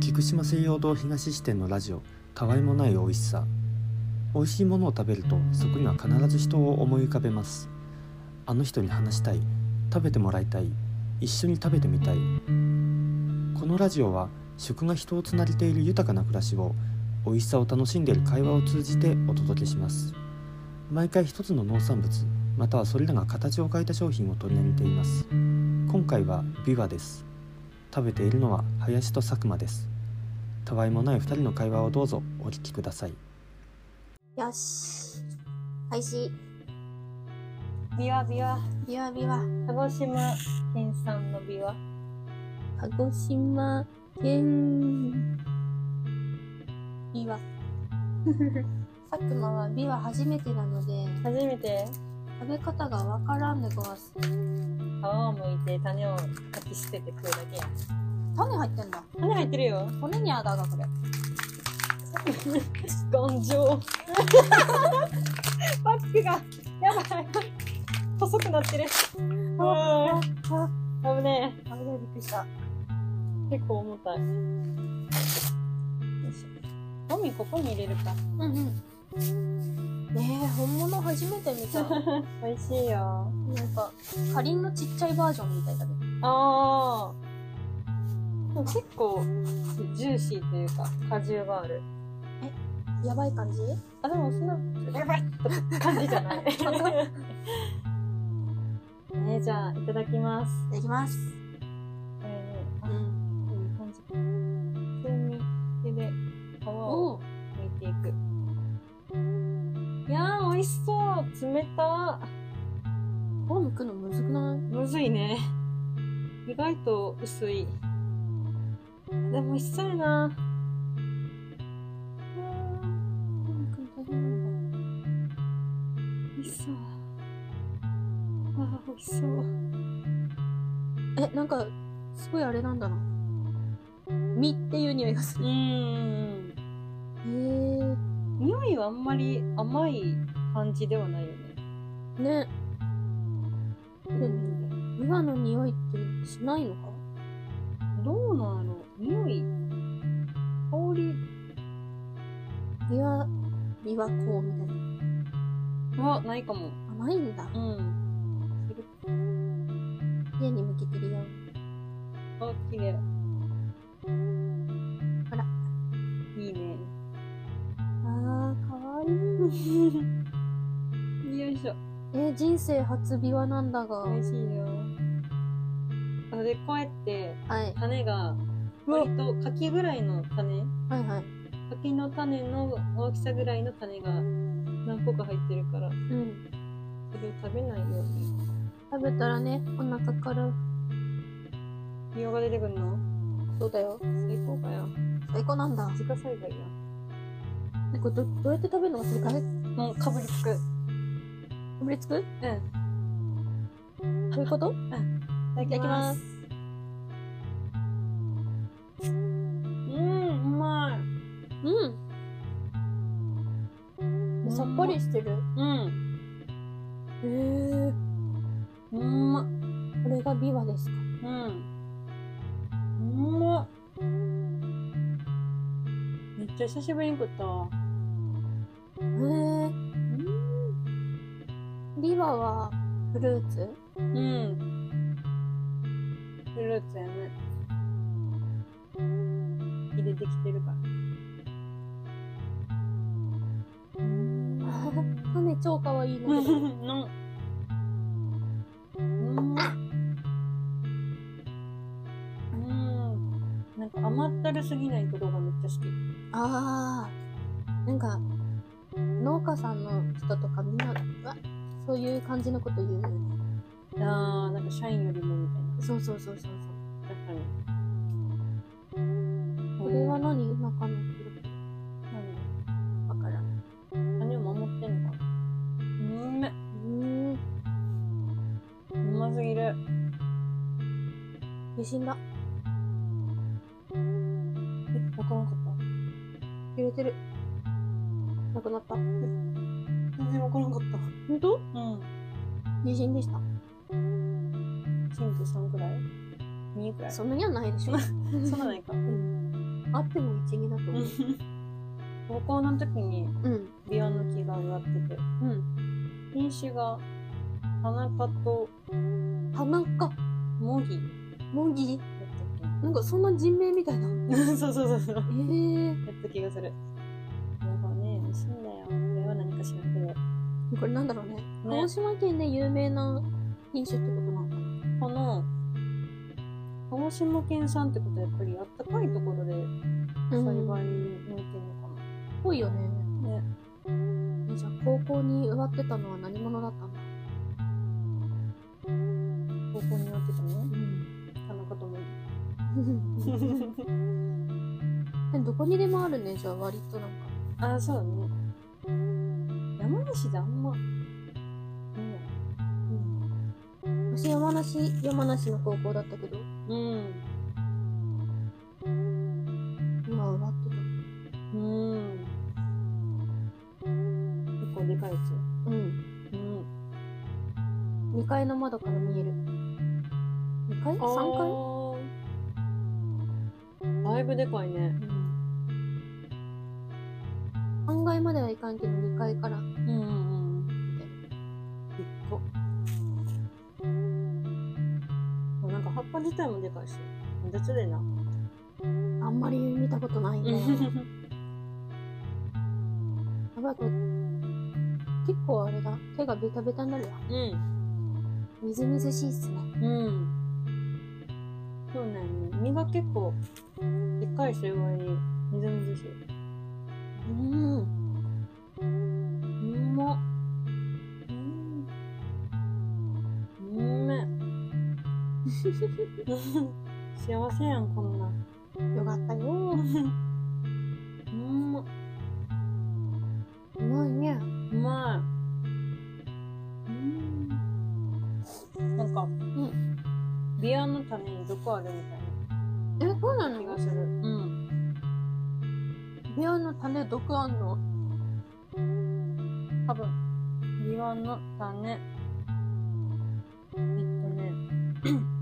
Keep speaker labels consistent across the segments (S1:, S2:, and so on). S1: 福島西洋堂東支店のラジオたわいもない美味しさ美味しいものを食べるとそこには必ず人を思い浮かべますあの人に話したい食べてもらいたい一緒に食べてみたいこのラジオは食が人をつなげている豊かな暮らしを美味しさを楽しんでいる会話を通じてお届けします毎回一つの農産物またはそれらが形を変えた商品を取り上げています今回はビワです食べているのは林と佐久間ですたわいもない2人の会話をどうぞお聞きください
S2: よし。開始。
S3: ビワビワ、
S2: ビワビワ。
S3: 鹿児島県産のビワ。
S2: 鹿児島県。ビ ワ。佐久間はビワ初めてなので、
S3: 初めて
S2: 食べ方がわからんでごわす。
S3: 皮をむいて種をかき捨てて食うだけや。
S2: 種入ってんだ。
S3: 種入ってるよ。
S2: 骨にあだだ、これ。
S3: 頑丈。 パックが、やばい。細くなってる。うわー危ねえ。
S2: あれびっくりした。
S3: 結構重たい。よいしょゴミここに入れるか。
S2: うんうん。ねえ、本物初めて 見た。なん
S3: 美味しいよ。
S2: か、かりんのちっちゃいバージョンみたいだね。
S3: あー。でも結構ジューシーというか果汁がある。
S2: やばい感じ
S3: あ、でもそんな、やばいって感じじゃない。 ねじゃあ、いただきます。
S2: いただきます。
S3: これね、
S2: う
S3: あ、こ
S2: ん。
S3: ういう感じ。普通に手で皮を
S2: お
S3: 剥いていく。いやー、美味しそう冷た
S2: 本むくのむずくない
S3: むずいね。意外と薄い。でも美味しそうやな。うわー
S2: 本むくの大変なのかな
S3: 美味しそう。あー、美味しそう。
S2: えなんかすごいあれなんだな実っていう匂いがす
S3: う
S2: る
S3: ーん。
S2: へえ
S3: 匂いはあんまり甘い感じではないよね。
S2: ね
S3: うん、
S2: ビワの匂いってしないのか
S3: どうなんやろ匂い香り
S2: ビワビワこうみたいな
S3: はないかも。
S2: あないんだ
S3: うん。する
S2: 家に向けてるよ
S3: あ、綺麗。
S2: あら。
S3: いいね。
S2: あーかわいい
S3: よいしょ。
S2: え人生初ビワなんだが
S3: 美味しいよ。あで、こうやって
S2: はい
S3: 種が、
S2: うわ
S3: 割と柿ぐらいの種
S2: はいはい
S3: 柿の種の大きさぐらいの種が何個か入ってるから、
S2: うん
S3: それを食べないように。
S2: 食べたらねお腹から
S3: 美容が出てくるの
S2: そうだよ
S3: 最高かよ。
S2: 最高なんだ
S3: 自家栽培や。
S2: えこれどどうやって食べるのかそれかぶ
S3: もうかぶりつく。
S2: りつく
S3: うん。
S2: どういうこと
S3: いただきます。うん、うま
S2: うん
S3: い。
S2: さっぱり。してる
S3: うん。
S2: へえ
S3: うんま。
S2: これがビワですか
S3: うん。うんま。めっちゃ久しぶりに食ったわ。
S2: へえビワはフルーツ
S3: うん。フルーツやね。入れてきてるから。
S2: 種超かわいいの
S3: の。うん。うん。なんか甘ったるすぎないとこがめっちゃ好き。
S2: あーなんか農家さんの人とかみんなうわそういう感じのこと言うよね
S3: あー、なんか社員よりもみたい
S2: そうそうそうそうそ
S3: な。確かに。
S2: うこれは何中の
S3: 何
S2: わからない
S3: 何を守ってんのかな。うんめ。
S2: うん
S3: うますぎる。
S2: 自信だ
S3: え、わからんかっ
S2: 揺れてるなくなった
S3: た。全然わからんかっ
S2: 本当
S3: た。うん。
S2: 自信でした
S3: シンク3くらい ?2 くらい
S2: そんなにはないでしょ
S3: そんなないか。
S2: うんあっても一味だと思う。
S3: 高校の時に
S2: うん。
S3: ビワの木が植わってて、
S2: うん。
S3: 品種が田中と
S2: 花か、
S3: モギだ
S2: モギ。
S3: っ
S2: なんかそんな人名みたいな。
S3: たっけ そうそうそうそう。
S2: ええー。
S3: やった気がする。なんかね、美味しいんだよ。これは何かしらけど。
S2: これなんだろうね。鹿児島県で有名な品種ってことなのかな。
S3: この、鹿児島県産ってことはやっぱりあったかいところで栽培
S2: 幸
S3: 向い
S2: い
S3: てるのか
S2: っぽいよね。
S3: な。ね。
S2: えじゃあ高校に植わってたのは何者だったの
S3: 高校になってたの
S2: うん。
S3: 田中とも。
S2: えどこに でもあるね、じゃあ割となんか。
S3: あ、そうだね。山梨であんま、ね、
S2: 私山梨、山梨の高校だったけど、
S3: うん。
S2: 今植わってた。
S3: うん。結構でかいやつ。
S2: うん。
S3: うん。
S2: 2階の窓から見える。2階 ?3
S3: 階だいぶでかいね。
S2: 階うん。3階まではいかんけど2階から見
S3: うんうんうん。
S2: てる。
S3: でっか。なんか葉っぱ自体もでかいし。雑で
S2: あ
S3: な。
S2: んまり見たことないね。 やばい、これ。結構あれだ。手がベタベタになるわ。
S3: うん。
S2: みずみずしいっすね。
S3: うん。そうなんよね。身が結構、でっかいし、上に、みずみずしい。
S2: うん。
S3: うまっ。うん。うめえ。幸せやん、こんなん。
S2: よかったよ。う
S3: うまっ。
S2: まいね。
S3: うまい。うん。なんか、うん。ビアの種に毒あるみたい
S2: え、そうな
S3: な気
S2: の
S3: がする。うん。
S2: ビアの種毒あんの
S3: 多分。ビアの種。えっとね。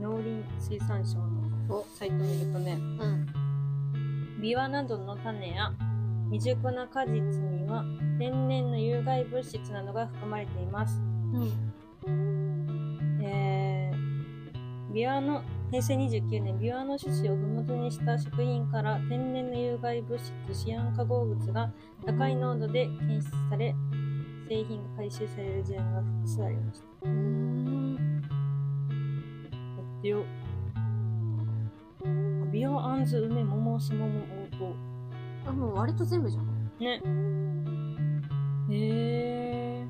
S3: 農林水産省のサイト見るとね。
S2: うん。
S3: ビワなどの種や未熟な果実には天然の有害物質などが含まれています。
S2: うん。
S3: えー、ビワの平成29年、ビワの種子を麓にした食品から天然の有害物質シアン化合物が高い濃度で検出され、製品が回収される事案が複数ありました。
S2: うーん。
S3: だってよ。あビワ、あんず、梅、桃、しもも、黄桃。
S2: あ、もう割と全部じゃん。
S3: ね。へえ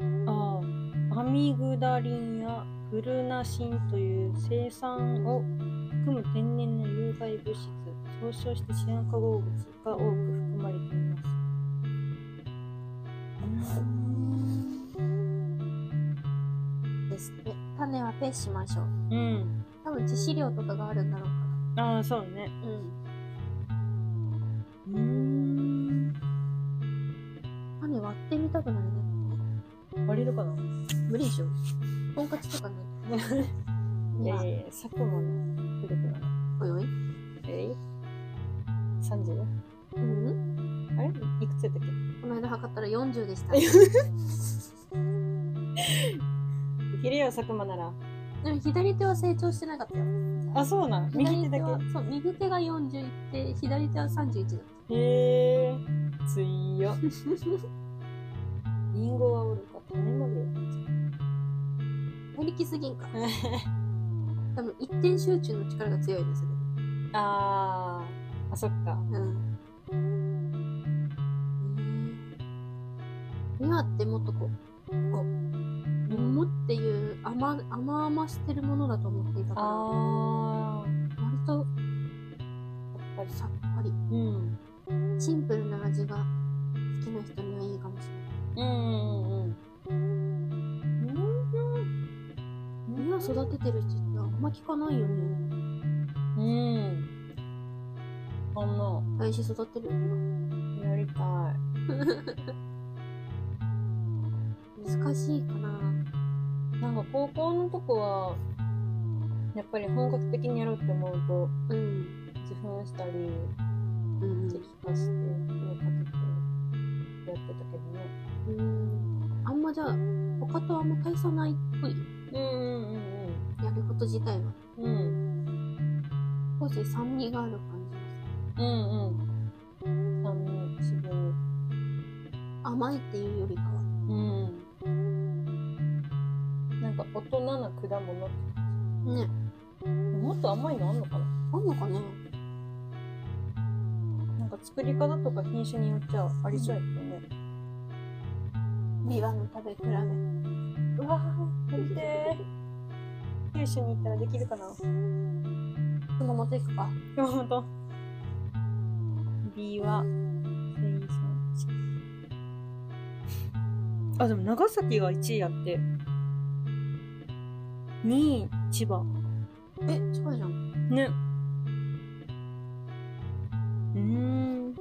S3: ー。ああ、アミグダリンやグルナシンという生産を含む天然の有害物質、総称してシアン化合物が多く含まれています。
S2: ですって。種はペッしましょう。
S3: うん。
S2: 多分致死量とかがあるんだろうか
S3: ああ、そうね。
S2: ら。うん。
S3: うん。
S2: 種割ってみたくなるね。
S3: 割れるかな
S2: 無理でしょ。とんかつとかない。
S3: い
S2: い
S3: や
S2: や
S3: いやいや、佐久間の古くなの。
S2: おいおい。
S3: えい ?30?
S2: うん。
S3: あれいくつやったっけ
S2: この間測ったら40で した。
S3: いけるよ、佐久間なら。
S2: でも左手は成長してなかったよ。
S3: あ、そうなん。右手だ
S2: は
S3: け。
S2: そう、右手が41で、左手は31だっ
S3: へえー。ついよ。
S2: た。
S3: リンゴはおるか、種まで。
S2: 入りきすぎんか。多分一点集中の力が強いですね。
S3: あー。あ、そっか。
S2: うん。ミワってもっとこう、こう、
S3: うん
S2: 桃っていう甘、甘々してるものだと思っていたから、
S3: あ
S2: 割と
S3: ー。やっぱり。
S2: さっぱり、
S3: うん。
S2: シンプルな味が好きな人にはいいかもしれない。
S3: うんうんうん。
S2: ミワ育ててる人ってあんま聞かないよね。
S3: うん。あんな。
S2: 来週育てるの
S3: やりた
S2: 難しいかな。
S3: い。なんか高校のとこは、やっぱり本格的にやろうって思うと
S2: うん。
S3: 自噴したり
S2: うん
S3: 石化してをかけてやってたけどね
S2: うん。あんまじゃあ、他とあんま大差ないっぽい。
S3: うんうん
S2: やること自体は。
S3: うんうん
S2: 少し酸味がある感じです。
S3: うんうん酸味渋み
S2: 甘いっていうよりかは。
S3: うんなんか大人な果物
S2: ね。
S3: もっと甘いのあんのかな
S2: あんのかね
S3: なんか作り方とか品種によっちゃありそうやけどね
S2: ビワの食べ比べ。
S3: うわー見てー九州に行ったらできるかな
S2: 今持っていくか。
S3: 熊本ビワ生産地あでも長崎が1位やって2位千葉
S2: え、近いじゃん。
S3: ねうーん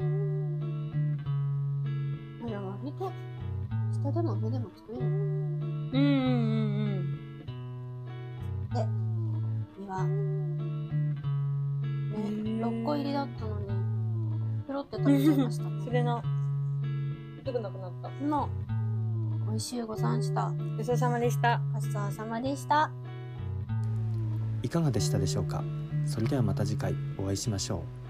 S2: あれ割と、下でも上でも作れる。
S3: うんうん
S2: ビワ。
S3: うんうん
S2: ね。
S3: へー
S2: 6個入りだったのに、ペロって食べちゃいました。
S3: それなすぐなくなった
S2: の、美味しゅうござんした。
S3: ごちそうさまでした
S2: ごちそうさまでした。
S1: いかがでしたでしょうかそれではまた次回お会いしましょう